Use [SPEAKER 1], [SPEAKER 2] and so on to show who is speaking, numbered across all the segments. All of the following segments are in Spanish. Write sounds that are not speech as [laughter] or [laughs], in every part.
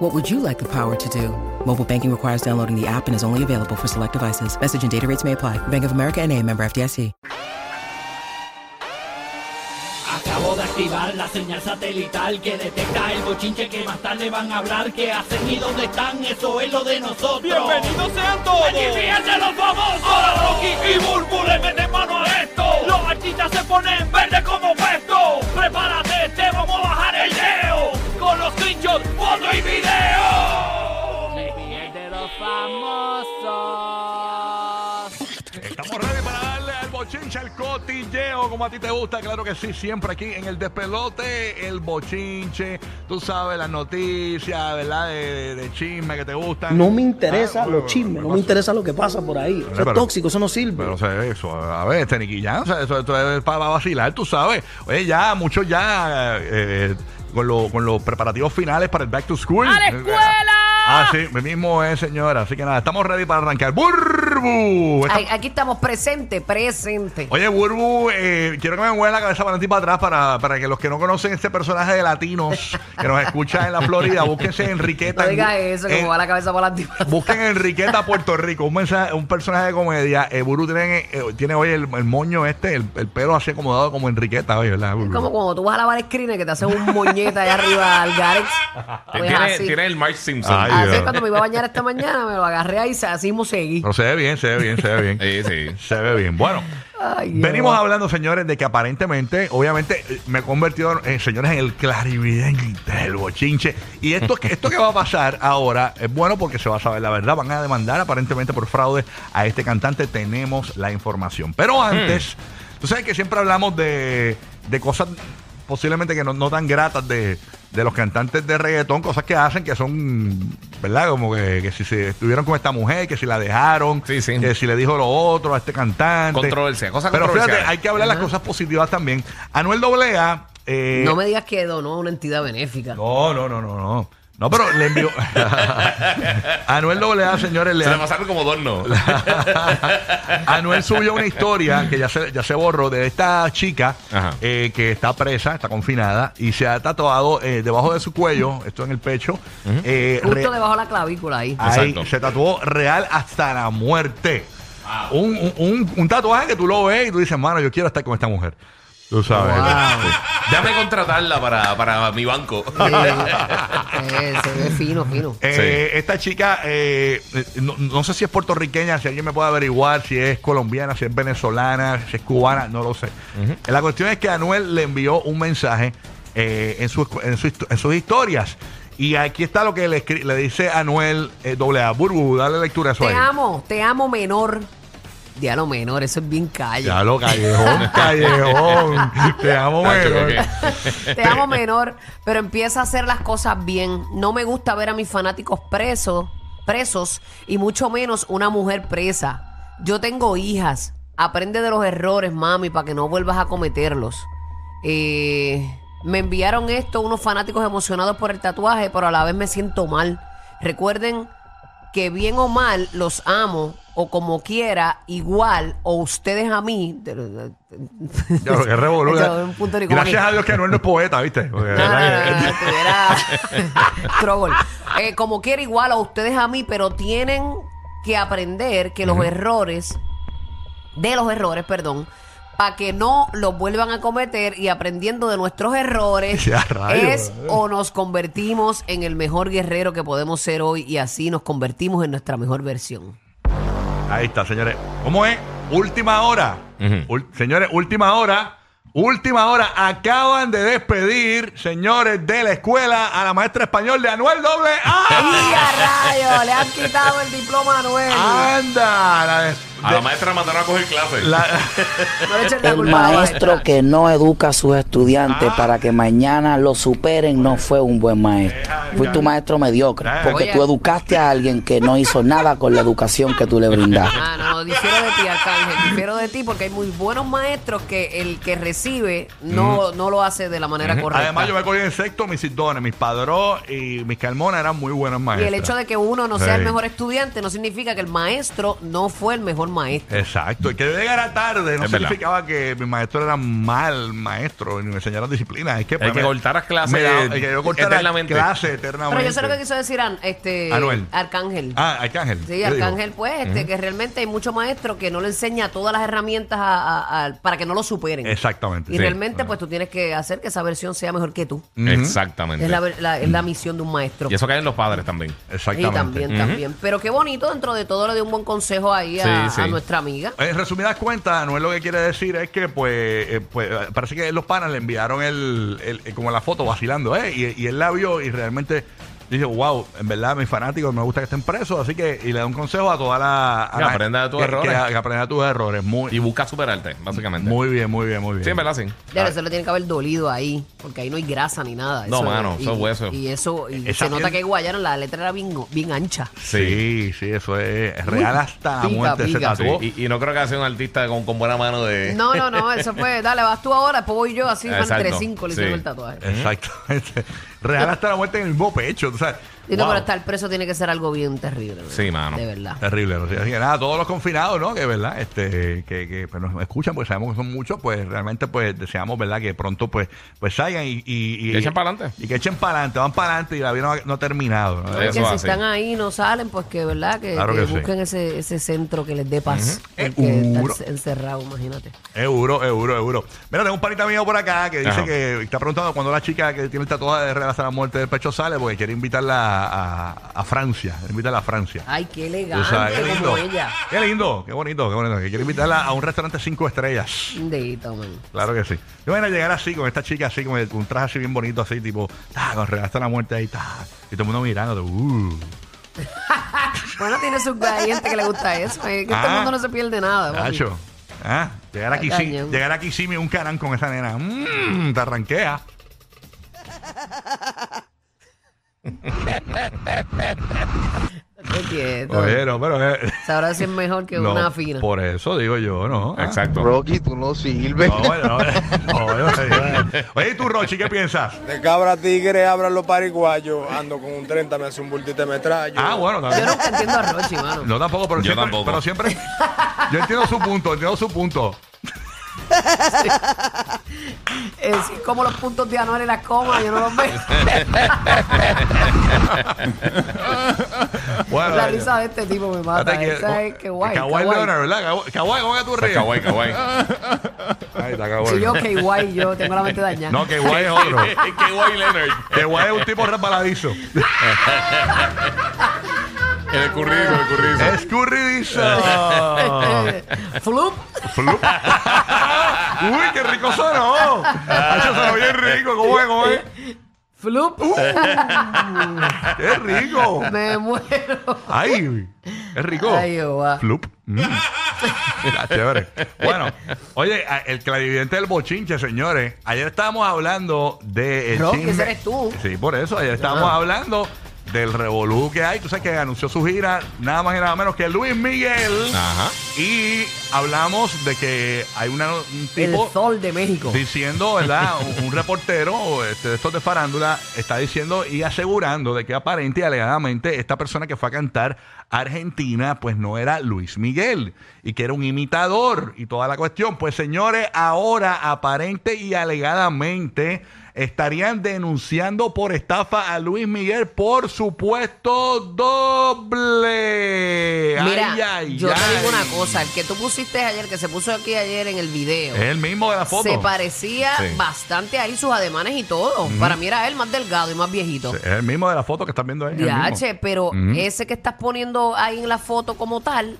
[SPEAKER 1] What would you like the power to do? Mobile banking requires downloading the app and is only available for select devices. Message and data rates may apply. Bank of America and a member FDIC.
[SPEAKER 2] Acabo de activar la señal satelital que detecta el bochinche que más tarde van a hablar. ¿Qué hacen y dónde están? Eso es lo de nosotros.
[SPEAKER 3] ¡Bienvenidos sean todos!
[SPEAKER 2] ¡Aquí fíjense los famosos! Ahora Rocky y Burbu le meten mano a esto. Los artistas se ponen verde como puesto. Prepárate, te vamos a bajar el leo. Con los screenshots, foto y video. de los famosos.
[SPEAKER 3] Estamos ready para darle al bochinche, al cotilleo, como a ti te gusta, claro que sí, siempre aquí en el despelote, el bochinche, tú sabes, las noticias, ¿verdad? De, de- de chisme que te gustan.
[SPEAKER 4] No me interesa
[SPEAKER 3] Ah, bueno,
[SPEAKER 4] los chismes,
[SPEAKER 3] bueno,
[SPEAKER 4] no me
[SPEAKER 3] pasa.
[SPEAKER 4] interesa lo que pasa por ahí. Eso
[SPEAKER 3] pero-
[SPEAKER 4] es tóxico, eso no sirve.
[SPEAKER 3] Pero o sea, eso, a ver, este Nicky Jam, o sea, eso, esto es para vacilar, tú sabes. Oye, ya, muchos ya eh, eh, con, lo- con los preparativos finales para el back to school.
[SPEAKER 5] ¡A la escuela!
[SPEAKER 3] Ah, sí, mi mismo es, señora. Así que nada, estamos ready para arrancar. ¡Burbu! Este Esta-
[SPEAKER 6] Ay, Aquí estamos presente, presente.
[SPEAKER 3] Pues Oye, Burbu, eh, quiero que me mueva la cabeza para adelante y para atrás para, para que los que no conocen este personaje de latinos que nos escucha en la Florida, búsquense Enriqueta.
[SPEAKER 6] no digas eso, que
[SPEAKER 3] Eh,
[SPEAKER 6] me va la cabeza por las divas.
[SPEAKER 3] Busquen Enriqueta Puerto Rico, un, mensaje- un personaje de comedia. Eh, Burbu tiene, eh, tiene hoy el, el moño este, el, el pelo así acomodado como Enriqueta, oye, ¿verdad? Burbu?
[SPEAKER 6] Como cuando tú vas a lavar screener que te hacen un moñeta allá arriba al Garex. Pues
[SPEAKER 7] tiene,
[SPEAKER 6] así.
[SPEAKER 7] tiene el Marge Simpson.
[SPEAKER 3] Ay,
[SPEAKER 6] Así
[SPEAKER 3] Dios.
[SPEAKER 6] es, cuando me iba a bañar esta mañana, me lo agarré ahí, se- así mismo seguí.
[SPEAKER 3] Pero se ve bien, se ve bien, se ve bien.
[SPEAKER 7] Sí, sí.
[SPEAKER 3] Se ve bien. Bueno,
[SPEAKER 6] Ay, Dios.
[SPEAKER 3] venimos hablando, señores, de que aparentemente, obviamente, eh, me he convertido, eh, señores, en el clarividente del bochinche. Y esto, que- esto que va a pasar ahora es bueno porque se va a saber la verdad. Van a demandar aparentemente por fraude a este cantante. Tenemos la información.
[SPEAKER 7] Hmm.
[SPEAKER 3] Pero antes, tú sabes que siempre hablamos de, de cosas posiblemente que no, no tan gratas de, de los cantantes de reggaetón, cosas que hacen que son, ¿verdad? Como que, que si se estuvieron con esta mujer, que si la dejaron,
[SPEAKER 7] Sí, sí.
[SPEAKER 3] que si le dijo lo otro a este cantante.
[SPEAKER 7] Controversia, cosas
[SPEAKER 3] Pero fíjate,
[SPEAKER 7] controversiales.
[SPEAKER 3] hay que hablar las cosas positivas también. Anuel AA. eh,
[SPEAKER 6] No me digas que donó a una entidad benéfica.
[SPEAKER 3] no, no, no, no, no. No, pero le
[SPEAKER 7] [laughs]
[SPEAKER 3] envió. Anuel AA, señores, le
[SPEAKER 7] Se le
[SPEAKER 3] han-
[SPEAKER 7] pasaron como adorno.
[SPEAKER 3] [laughs] Anuel subió una historia que ya se, ya se borró de esta chica
[SPEAKER 7] Ajá.
[SPEAKER 3] eh, que está presa, está confinada y se ha tatuado eh, debajo de su cuello, esto en el pecho. eh, re-
[SPEAKER 6] Justo debajo de la clavícula ahí.
[SPEAKER 3] ahí
[SPEAKER 7] Exacto.
[SPEAKER 3] se tatuó real hasta la muerte. Un, un- un- un tatuaje que tú lo ves y tú dices, mano, yo quiero estar con esta mujer. Tú sabes. Sí.
[SPEAKER 7] Déjame contratarla para, para mi banco.
[SPEAKER 3] Ah, [laughs]
[SPEAKER 6] Eh, se ve fino, fino.
[SPEAKER 3] Eh, Esta chica, eh, eh, no, no sé si es puertorriqueña, si alguien me puede averiguar, si es colombiana, si es venezolana, si es cubana, no lo sé. La cuestión es que Anuel le envió un mensaje eh, en, sus- en su histo- en sus historias. Y aquí está lo que le, escri- le dice Anuel eh, doble A. Burbu, dale lectura a eso
[SPEAKER 6] Te
[SPEAKER 3] ahí.
[SPEAKER 6] amo, te amo menor. Ya lo menor, eso es bien calle.
[SPEAKER 3] Ya lo callejón,
[SPEAKER 7] [laughs]
[SPEAKER 3] callejón. Te amo,
[SPEAKER 7] Tacho,
[SPEAKER 3] güey.
[SPEAKER 6] [laughs]
[SPEAKER 7] ¿qué?
[SPEAKER 6] Te amo menor, pero empieza a hacer las cosas bien. No me gusta ver a mis fanáticos presos, presos y mucho menos una mujer presa. Yo tengo hijas. Aprende de los errores, mami, para que no vuelvas a cometerlos. Eh, me enviaron esto unos fanáticos emocionados por el tatuaje, pero a la vez me siento mal. Recuerden que bien o mal los amo o como quiera, igual o ustedes a mí.
[SPEAKER 3] Ya lo que revolú-
[SPEAKER 6] [laughs] Yo, un punto de
[SPEAKER 3] Gracias a Dios que Anuel no es poeta,
[SPEAKER 6] [laughs]
[SPEAKER 3] ¿viste? Porque,
[SPEAKER 6] no, no,
[SPEAKER 3] ¿verdad que-
[SPEAKER 6] no, no, estuviera Ah, [laughs] trouble. Eh, como quiera, igual a ustedes a mí, pero tienen que aprender que los errores, de los errores, perdón, para que no los vuelvan a cometer y aprendiendo de nuestros
[SPEAKER 3] [laughs]
[SPEAKER 6] errores
[SPEAKER 3] Ya, rayos.
[SPEAKER 6] es o nos convertimos en el mejor guerrero que podemos ser hoy y así nos convertimos en nuestra
[SPEAKER 5] [laughs]
[SPEAKER 6] mejor versión.
[SPEAKER 3] Ahí está, señores. ¿Cómo es? Última hora.
[SPEAKER 7] Ujú.
[SPEAKER 3] Ul- señores, última hora. Última hora. Acaban de despedir, señores, de la escuela a la maestra español de Anuel Doble
[SPEAKER 6] ¡Y a rayos! Le han quitado el diploma a Noel.
[SPEAKER 5] Ah,
[SPEAKER 3] ¡Anda! La, des-
[SPEAKER 7] A la maestra la mandaron a coger clases.
[SPEAKER 3] La-
[SPEAKER 6] No le eches la
[SPEAKER 5] El
[SPEAKER 6] culpa a la
[SPEAKER 5] maestro
[SPEAKER 6] maestra. Ah.
[SPEAKER 5] que no educa a sus estudiantes para que mañana lo superen no fue un buen maestro. Fue tu maestro mediocre, porque
[SPEAKER 6] Oye.
[SPEAKER 5] tú educaste a alguien que no hizo nada con la educación que tú le brindaste.
[SPEAKER 6] Ah, no, difiero de ti, Arcángel. Difiero de ti porque hay muy buenos maestros que el que recibe no, no lo hace de la manera correcta.
[SPEAKER 3] Además, yo me cogí en sexto mis cintones, mis padrón y mis calmonas eran muy buenos
[SPEAKER 6] y
[SPEAKER 3] maestros.
[SPEAKER 6] el hecho de que uno no
[SPEAKER 3] Sí.
[SPEAKER 6] sea el mejor estudiante no significa que el maestro no fue el mejor maestro.
[SPEAKER 3] Exacto, y que yo llegara tarde no
[SPEAKER 7] Es verdad.
[SPEAKER 3] significaba que mi maestro era mal maestro y ni me enseñaron disciplina. Es que, pues
[SPEAKER 7] que
[SPEAKER 3] me-
[SPEAKER 7] cortaras clase
[SPEAKER 3] me-
[SPEAKER 7] a-
[SPEAKER 3] que yo cortara
[SPEAKER 7] eternamente.
[SPEAKER 3] clase eternamente.
[SPEAKER 6] Pero yo sé lo que quiso decir An- este
[SPEAKER 3] Eh, Anuel.
[SPEAKER 6] Arcángel.
[SPEAKER 3] Ah, Arcángel.
[SPEAKER 6] Sí,
[SPEAKER 3] yo
[SPEAKER 6] Arcángel,
[SPEAKER 3] digo.
[SPEAKER 6] pues, este, que realmente hay muchos maestros que no le enseña todas las herramientas a- a- a- para que no lo superen.
[SPEAKER 3] Exactamente.
[SPEAKER 6] Y
[SPEAKER 3] sí.
[SPEAKER 6] realmente, pues, tú tienes que hacer que esa versión sea mejor que tú.
[SPEAKER 7] Exactamente.
[SPEAKER 6] Es la, ver- la- es la misión de un maestro.
[SPEAKER 7] Y eso cae en los padres también.
[SPEAKER 6] Y
[SPEAKER 3] Exactamente. Mm.
[SPEAKER 6] también, también. Pero qué bonito dentro de todo le dio un buen consejo ahí a,
[SPEAKER 7] Sí, sí.
[SPEAKER 6] a nuestra amiga.
[SPEAKER 3] En resumidas cuentas, Anuel lo que quiere decir es que, pues, eh, pues, eh, parece que los panas le enviaron el, el- eh, como la foto vacilando, ¿eh? Y, y él la vio y realmente dice, wow, en verdad, mis fanáticos me gusta que estén presos, así que, y le da un consejo a toda la. a
[SPEAKER 7] Que
[SPEAKER 3] la-
[SPEAKER 7] aprenda de tus
[SPEAKER 3] que-
[SPEAKER 7] errores.
[SPEAKER 3] Que, que aprenda de tus errores. Muy,
[SPEAKER 7] Y busca superarte, básicamente.
[SPEAKER 3] muy bien, muy bien, muy bien.
[SPEAKER 7] Sí, en verdad, sí.
[SPEAKER 6] Ya, eso le tiene que haber dolido ahí, porque ahí no hay grasa ni nada.
[SPEAKER 7] Ah. No, mano,
[SPEAKER 6] y-
[SPEAKER 7] eso es hueso.
[SPEAKER 6] Y eso, y
[SPEAKER 3] Esa
[SPEAKER 6] se nota
[SPEAKER 3] piel-
[SPEAKER 6] que guayaron, la letra era bien, bien ancha.
[SPEAKER 3] Sí, sí, eso es, es real hasta la
[SPEAKER 6] pica,
[SPEAKER 3] muerte. Se
[SPEAKER 6] pica.
[SPEAKER 7] Ah, Sí,
[SPEAKER 3] tatuó.
[SPEAKER 7] Y, y no creo que sea un artista con, con buena mano de.
[SPEAKER 6] No, no, no, eso fue, dale, vas tú ahora, después voy yo, así van
[SPEAKER 7] Exacto,
[SPEAKER 6] entre cinco, le hicieron
[SPEAKER 7] sí.
[SPEAKER 6] el tatuaje.
[SPEAKER 3] Exactamente. Real hasta la muerte en el mismo pecho, tú sabes.
[SPEAKER 6] Digo,
[SPEAKER 3] Wow.
[SPEAKER 6] pero estar preso tiene que ser algo bien terrible. ¿verdad?
[SPEAKER 7] Sí, mano.
[SPEAKER 6] De verdad.
[SPEAKER 3] Terrible, ¿no? Así que nada, todos los confinados, ¿no? Que verdad, este, que, que pues, nos escuchan, pues sabemos que son muchos, pues realmente pues deseamos, ¿verdad? Que pronto pues, pues salgan y, y, y-
[SPEAKER 7] Que echen pa'lante.
[SPEAKER 3] Y que echen para adelante, van para adelante y la vida no ha, no ha terminado. ¿no?
[SPEAKER 7] Sí.
[SPEAKER 6] Es
[SPEAKER 7] Eso
[SPEAKER 6] que si
[SPEAKER 7] hace.
[SPEAKER 6] están ahí y no salen, pues que verdad que,
[SPEAKER 3] Claro
[SPEAKER 6] que
[SPEAKER 3] que sí.
[SPEAKER 6] busquen ese, ese centro que les dé paz.
[SPEAKER 3] Ujú. Eh,
[SPEAKER 6] Porque estar
[SPEAKER 3] seguro.
[SPEAKER 6] encerrado, imagínate.
[SPEAKER 3] Euro, euro, euro. Mira, tengo un panita mío por acá que dice
[SPEAKER 7] Ajá.
[SPEAKER 3] que está preguntando cuando la chica que tiene el tatuaje de Real hasta la muerte del pecho sale, porque quiere invitarla a, a- a Francia, quiere invitarla a Francia.
[SPEAKER 6] Ay, Ah, qué
[SPEAKER 3] Tú sabes,
[SPEAKER 6] elegante como ella.
[SPEAKER 3] Qué lindo, qué bonito, qué bonito. Que quiere invitarla a un restaurante cinco estrellas.
[SPEAKER 6] Lindito, man.
[SPEAKER 3] Claro que sí. Yo voy a llegar así, con esta chica así, con el- con un traje así bien bonito, así, tipo, ta, con regalo hasta la muerte ahí, ta, y todo el mundo mirando, uh.
[SPEAKER 6] Bueno, tiene sus gente que le gusta eso. eh, que este
[SPEAKER 3] Ah.
[SPEAKER 6] mundo no se pierde nada. papi.
[SPEAKER 3] Nacho. Ah, llegar aquí
[SPEAKER 6] Está
[SPEAKER 3] sí,
[SPEAKER 6] cañón.
[SPEAKER 3] llegar aquí sí, un canán con esa nena. Mmm, te arranquea.
[SPEAKER 6] Estate quieto.
[SPEAKER 3] Oye, no, pero eh,
[SPEAKER 6] Sabrá si es mejor que
[SPEAKER 3] no,
[SPEAKER 6] una fina.
[SPEAKER 3] Por eso digo yo, ¿no? Ah.
[SPEAKER 7] Exacto.
[SPEAKER 8] Rocky, tú no sirves.
[SPEAKER 3] No, bueno, no, no, no, no, no. Oye, ¿y tú, Rochi, ¿qué piensas?
[SPEAKER 9] De cabra tigre abran los pariguayos. Ando con un 30, me hace un bultito de metralla.
[SPEAKER 3] Ah, bueno,
[SPEAKER 6] Yo
[SPEAKER 3] también.
[SPEAKER 6] nunca entiendo a Rochi, mano.
[SPEAKER 3] No tampoco, pero
[SPEAKER 7] Yo
[SPEAKER 3] siempre,
[SPEAKER 7] tampoco.
[SPEAKER 3] pero siempre. Yo entiendo su punto, entiendo su punto.
[SPEAKER 6] Eh, sí, como los puntos de Anuel en las comas, yo
[SPEAKER 3] [laughs]
[SPEAKER 6] no los veo.
[SPEAKER 3] Bueno,
[SPEAKER 6] La risa de este tipo me
[SPEAKER 3] Espérate
[SPEAKER 6] mata.
[SPEAKER 3] que-
[SPEAKER 6] Esa es que guay.
[SPEAKER 3] Kawhi
[SPEAKER 6] kawaii.
[SPEAKER 3] Leonard, ¿verdad? Kawhi- Kawhi, ¿cómo que tú ríes?
[SPEAKER 7] Kawaii,
[SPEAKER 3] [laughs]
[SPEAKER 7] kawaii.
[SPEAKER 3] Ahí está
[SPEAKER 6] Si
[SPEAKER 3] Kawhi.
[SPEAKER 6] yo que guay, yo tengo la mente dañada.
[SPEAKER 3] No, Kawhi es otro.
[SPEAKER 7] Kawaii Leonard.
[SPEAKER 3] Kawhi es un tipo resbaladizo.
[SPEAKER 7] El escurridizo, el
[SPEAKER 3] Eh.
[SPEAKER 7] escurridizo.
[SPEAKER 6] [laughs]
[SPEAKER 3] Escurridizo.
[SPEAKER 6] Flup.
[SPEAKER 3] Flup. Uy, qué rico sonó. Eso sonó bien rico. ¿Cómo es? ¿Cómo es?
[SPEAKER 6] Flup.
[SPEAKER 3] Uh. Qué rico.
[SPEAKER 6] Me muero.
[SPEAKER 3] Ay, es rico.
[SPEAKER 6] Ay, Jehová.
[SPEAKER 3] Flup. Mm. Está chévere. Bueno, oye, a- el clarividente del bochinche, señores. Ayer estábamos hablando de. el
[SPEAKER 6] Rocky,
[SPEAKER 3] chisme-
[SPEAKER 6] ese eres tú. Ah.
[SPEAKER 3] Sí, por eso. Ayer estábamos hablando del revolú que hay. Tú sabes que anunció su gira, nada más y nada menos que Luis Miguel.
[SPEAKER 6] Ah.
[SPEAKER 7] Ajá.
[SPEAKER 3] Y hablamos de que hay una, un
[SPEAKER 6] El
[SPEAKER 3] tipo.
[SPEAKER 6] sol de México.
[SPEAKER 3] Diciendo, ¿verdad? Un, un reportero este, de estos de farándula está diciendo y asegurando de que aparente y alegadamente esta persona que fue a cantar a Argentina, pues no era Luis Miguel y que era un imitador y toda la cuestión. Pues señores, ahora aparente y alegadamente estarían denunciando por estafa a Luis Miguel por supuesto doble.
[SPEAKER 6] Mira,
[SPEAKER 3] Ay, ay,
[SPEAKER 6] yo te
[SPEAKER 3] ay.
[SPEAKER 6] digo una cosa. El que tú pusiste ayer, que se puso aquí ayer en el video.
[SPEAKER 3] Es el mismo de la foto.
[SPEAKER 6] Se parecía
[SPEAKER 7] Sí.
[SPEAKER 6] bastante ahí sus ademanes y todo. Para mí era él más delgado y más viejito.
[SPEAKER 3] Es el mismo de la foto que están viendo ahí. es el mismo.
[SPEAKER 6] DH, pero ese que estás poniendo ahí en la foto como tal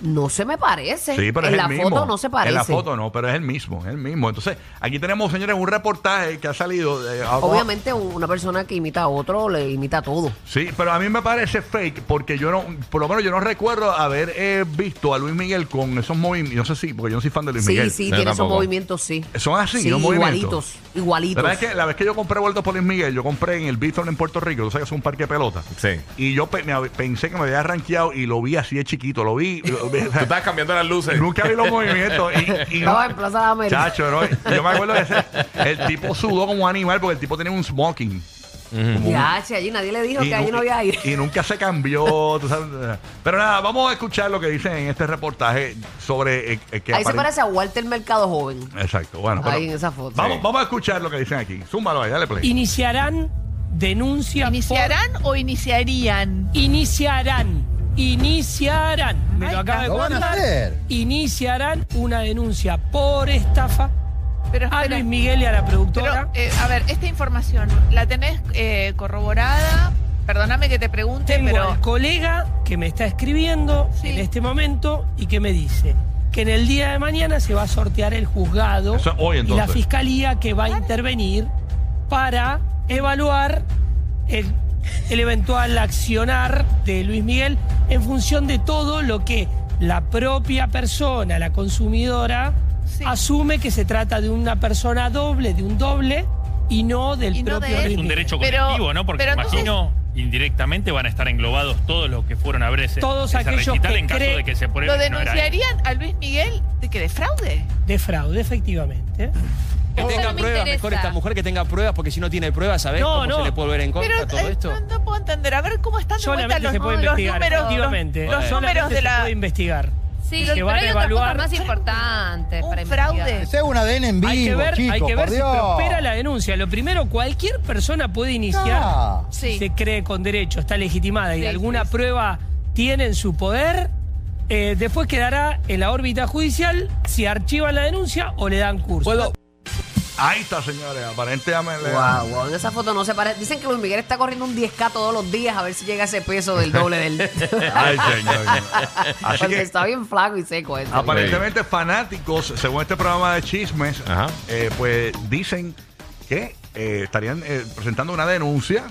[SPEAKER 6] No se me parece.
[SPEAKER 3] Sí, pero
[SPEAKER 6] en
[SPEAKER 3] es
[SPEAKER 6] la
[SPEAKER 3] el mismo.
[SPEAKER 6] foto no se parece.
[SPEAKER 3] En la foto no, pero es el mismo, es el mismo. Entonces, aquí tenemos, señores, un reportaje que ha salido. de- ah,
[SPEAKER 6] Obviamente un- una persona que imita a otro le imita todo.
[SPEAKER 3] Sí, pero a mí me parece fake porque yo no, por lo menos yo no recuerdo haber eh, visto a Luis Miguel con esos movimientos. No sé si, porque yo no soy fan de Luis
[SPEAKER 6] sí,
[SPEAKER 3] Miguel.
[SPEAKER 6] sí,
[SPEAKER 7] Yo
[SPEAKER 6] tiene esos
[SPEAKER 7] tampoco.
[SPEAKER 6] movimientos, sí.
[SPEAKER 3] Son así,
[SPEAKER 6] Sí,
[SPEAKER 3] los movimientos.
[SPEAKER 6] igualitos, igualitos.
[SPEAKER 3] La verdad es que la vez que yo compré vueltas por Luis Miguel, yo compré en el Bistro en Puerto Rico, tú sabes que es un parque de pelota.
[SPEAKER 7] Sí.
[SPEAKER 3] Y yo pe- me hab- pensé que me había rankeado y lo vi así de chiquito, lo vi.
[SPEAKER 6] [laughs]
[SPEAKER 3] lo- [laughs]
[SPEAKER 7] Tú estabas cambiando las luces.
[SPEAKER 3] Nunca vi los movimientos. Y, y no-
[SPEAKER 6] Estaba en Plaza de América.
[SPEAKER 3] Chacho, ¿no? Yo me acuerdo de ese. El tipo sudó como un animal porque el tipo tenía un smoking. Como un-
[SPEAKER 6] Ya, che, allí nadie le dijo que allí
[SPEAKER 3] nu-
[SPEAKER 6] no había aire.
[SPEAKER 3] y nunca se cambió. tú sabes. Pero nada, vamos a escuchar lo que dicen en este reportaje sobre eh, eh, que
[SPEAKER 6] Ahí se
[SPEAKER 3] aparent-
[SPEAKER 6] parece a Walter Mercado Joven.
[SPEAKER 3] Exacto, bueno.
[SPEAKER 6] Ahí
[SPEAKER 3] pero-
[SPEAKER 6] en esa foto.
[SPEAKER 3] Vamos, vamos a escuchar lo que dicen aquí. Zúmbalo ahí, dale play.
[SPEAKER 8] Iniciarán denuncia. por-
[SPEAKER 10] ¿Iniciarán o iniciarían?
[SPEAKER 8] Iniciarán. Iniciarán. Me lo acaba de
[SPEAKER 4] ¿Lo van a
[SPEAKER 8] contar.
[SPEAKER 4] hacer?
[SPEAKER 8] Iniciarán una denuncia por estafa
[SPEAKER 10] Pero,
[SPEAKER 8] a
[SPEAKER 10] espera,
[SPEAKER 8] Luis Miguel y a la productora.
[SPEAKER 10] pero, eh, a ver, esta información, ¿la tenés eh, corroborada? Perdóname que te pregunte,
[SPEAKER 8] Tengo
[SPEAKER 10] pero...
[SPEAKER 8] al colega que me está escribiendo
[SPEAKER 10] Sí.
[SPEAKER 8] en este momento y que me dice que en el día de mañana se va a sortear el juzgado
[SPEAKER 3] Eso es
[SPEAKER 8] y
[SPEAKER 3] hoy,
[SPEAKER 8] la
[SPEAKER 3] entonces.
[SPEAKER 8] fiscalía que va a intervenir para evaluar el, el eventual accionar de Luis Miguel en función de todo lo que la propia persona, la consumidora,
[SPEAKER 10] Sí.
[SPEAKER 8] asume que se trata de una persona doble, de un doble y no del
[SPEAKER 10] Y no de
[SPEAKER 8] propio
[SPEAKER 10] él.
[SPEAKER 8] Luis
[SPEAKER 11] Es un
[SPEAKER 8] Miguel.
[SPEAKER 11] derecho
[SPEAKER 10] Pero-
[SPEAKER 11] colectivo, ¿no? Porque
[SPEAKER 10] pero entonces-
[SPEAKER 11] imagino indirectamente van a estar englobados todos los que fueron a ver ese,
[SPEAKER 8] Todos
[SPEAKER 11] ese
[SPEAKER 8] aquellos
[SPEAKER 11] recital
[SPEAKER 8] que
[SPEAKER 11] en caso
[SPEAKER 8] creen-
[SPEAKER 11] de que se pruebe
[SPEAKER 10] ¿Lo
[SPEAKER 11] que no era él.
[SPEAKER 10] denunciarían a Luis Miguel de que de fraude?
[SPEAKER 8] De fraude, efectivamente.
[SPEAKER 10] Que tenga pruebas, mejor esta mujer.
[SPEAKER 8] No, no.
[SPEAKER 10] Pero eh, no, no puedo entender. A ver, ¿cómo están de vuelta
[SPEAKER 8] Solamente
[SPEAKER 10] los,
[SPEAKER 8] se puede
[SPEAKER 10] los
[SPEAKER 8] investigar,
[SPEAKER 10] números,
[SPEAKER 8] efectivamente.
[SPEAKER 10] los, los números
[SPEAKER 8] Solamente
[SPEAKER 10] de
[SPEAKER 8] se
[SPEAKER 10] la...
[SPEAKER 8] puede investigar.
[SPEAKER 12] Sí,
[SPEAKER 8] Que
[SPEAKER 12] pero
[SPEAKER 8] van a
[SPEAKER 12] hay otras
[SPEAKER 8] evaluar-
[SPEAKER 12] cosas más importantes para
[SPEAKER 10] Un
[SPEAKER 12] investigar.
[SPEAKER 10] fraude.
[SPEAKER 4] es un ADN en vivo,
[SPEAKER 8] hay que ver,
[SPEAKER 4] chicos,
[SPEAKER 8] hay que ver
[SPEAKER 4] por
[SPEAKER 8] si
[SPEAKER 4] Dios.
[SPEAKER 8] prospera la denuncia. Lo primero, cualquier persona puede iniciar
[SPEAKER 4] Ah.
[SPEAKER 8] si
[SPEAKER 10] Sí.
[SPEAKER 8] se cree con derecho, está legitimada y
[SPEAKER 10] Sí,
[SPEAKER 8] alguna
[SPEAKER 10] sí, sí.
[SPEAKER 8] prueba tiene en su poder. eh, después quedará en la órbita judicial si archivan la denuncia o le dan curso.
[SPEAKER 3] Ahí está, señores. Aparentemente.
[SPEAKER 6] Wow, wow, en esa foto no se parece. Dicen que Luis Miguel está corriendo un 10K todos los días a ver si llega ese peso del doble del.
[SPEAKER 3] Ay, señor. Así
[SPEAKER 6] Porque
[SPEAKER 3] que-
[SPEAKER 6] está bien flaco y seco. ese.
[SPEAKER 3] Aparentemente fanáticos, según este programa de chismes,
[SPEAKER 7] Ajá.
[SPEAKER 3] eh, pues dicen que eh, estarían eh, presentando una denuncia.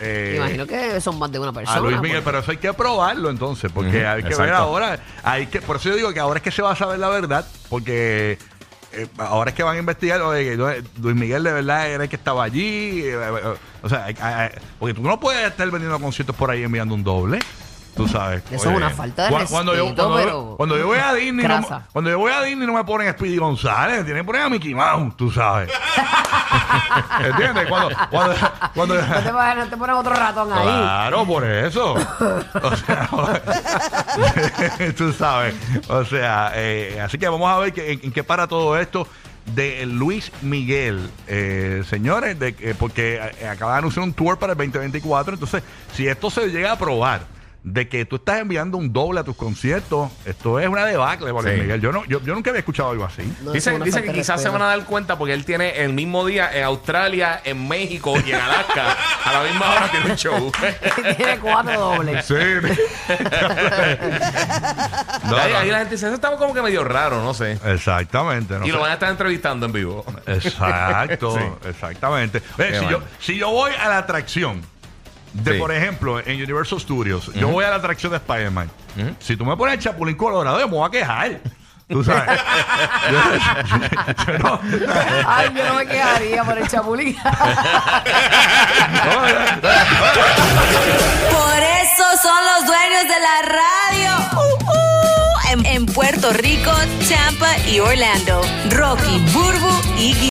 [SPEAKER 3] eh,
[SPEAKER 6] Me imagino que son más de una persona. pues.
[SPEAKER 3] a Luis Miguel,
[SPEAKER 6] porque-
[SPEAKER 3] pero eso hay que probarlo entonces, porque
[SPEAKER 7] Ujú,
[SPEAKER 3] hay que ver
[SPEAKER 7] exacto.
[SPEAKER 3] ahora, hay que, por eso yo digo que ahora es que se va a saber la verdad, porque eh, ahora es que van a investigar, oye, no, eh, Luis Miguel de verdad era el que estaba allí, eh, eh, o sea, hay- hay- hay- porque tú no puedes estar vendiendo conciertos por ahí enviando un doble. Tú sabes.
[SPEAKER 6] Eso es una falta de
[SPEAKER 3] cua- cuando yo,
[SPEAKER 6] respeto,
[SPEAKER 3] cuando, yo-
[SPEAKER 6] pero-
[SPEAKER 3] cuando yo voy a Disney, no,
[SPEAKER 6] Grasa.
[SPEAKER 3] cuando yo voy a Disney no me ponen a Speedy González, me tienen que poner a Mickey Mouse, tú sabes. [laughs] ¿Entiendes? Cuando, cuando, cuando,
[SPEAKER 6] [laughs] No te, vas- no te ponen otro ratón ahí.
[SPEAKER 3] Claro, por eso. O sea, [laughs] tú sabes. O sea, eh, así que vamos a ver que- en, en qué para todo esto de Luis Miguel. Eh, señores, de, que- porque eh, acaba de anunciar un tour para el 2024. Entonces, si esto se llega a probar de que tú estás enviando un doble a tus conciertos, esto es una debacle, por
[SPEAKER 7] Sí.
[SPEAKER 3] Miguel. Yo, no, yo, yo nunca había escuchado algo así.
[SPEAKER 6] No, eso es
[SPEAKER 7] Dicen,
[SPEAKER 6] una
[SPEAKER 7] dicen
[SPEAKER 6] falta
[SPEAKER 7] que
[SPEAKER 6] de
[SPEAKER 7] quizás se
[SPEAKER 6] respeto.
[SPEAKER 7] van a dar cuenta porque él tiene el mismo día en Australia, en México y en Alaska. a la misma hora tiene un show.
[SPEAKER 6] [laughs] Tiene cuatro dobles.
[SPEAKER 3] [laughs] Sí. No,
[SPEAKER 7] ahí,
[SPEAKER 3] no.
[SPEAKER 7] ahí la gente dice, eso está como que medio raro, no sé.
[SPEAKER 3] Exactamente. no
[SPEAKER 7] y
[SPEAKER 3] sé.
[SPEAKER 7] lo van a estar entrevistando en vivo.
[SPEAKER 3] Exacto,
[SPEAKER 7] Sí.
[SPEAKER 3] exactamente. Oye,
[SPEAKER 7] Qué
[SPEAKER 3] si,
[SPEAKER 7] mal.
[SPEAKER 3] yo, si yo voy a la atracción de,
[SPEAKER 7] Sí.
[SPEAKER 3] por ejemplo, en Universal Studios, yo voy a la atracción de Spider-Man. Si tú me pones el Chapulín Colorado, yo me voy a quejar. Tú sabes. [laughs] Yo- yo no-
[SPEAKER 6] Ay, yo no me quedaría por el chapulín.
[SPEAKER 3] no, yo-
[SPEAKER 12] Por eso son los dueños de la radio. Uh, uh. En, en Puerto Rico, Tampa y Orlando. Rocky, Burbu y Gui-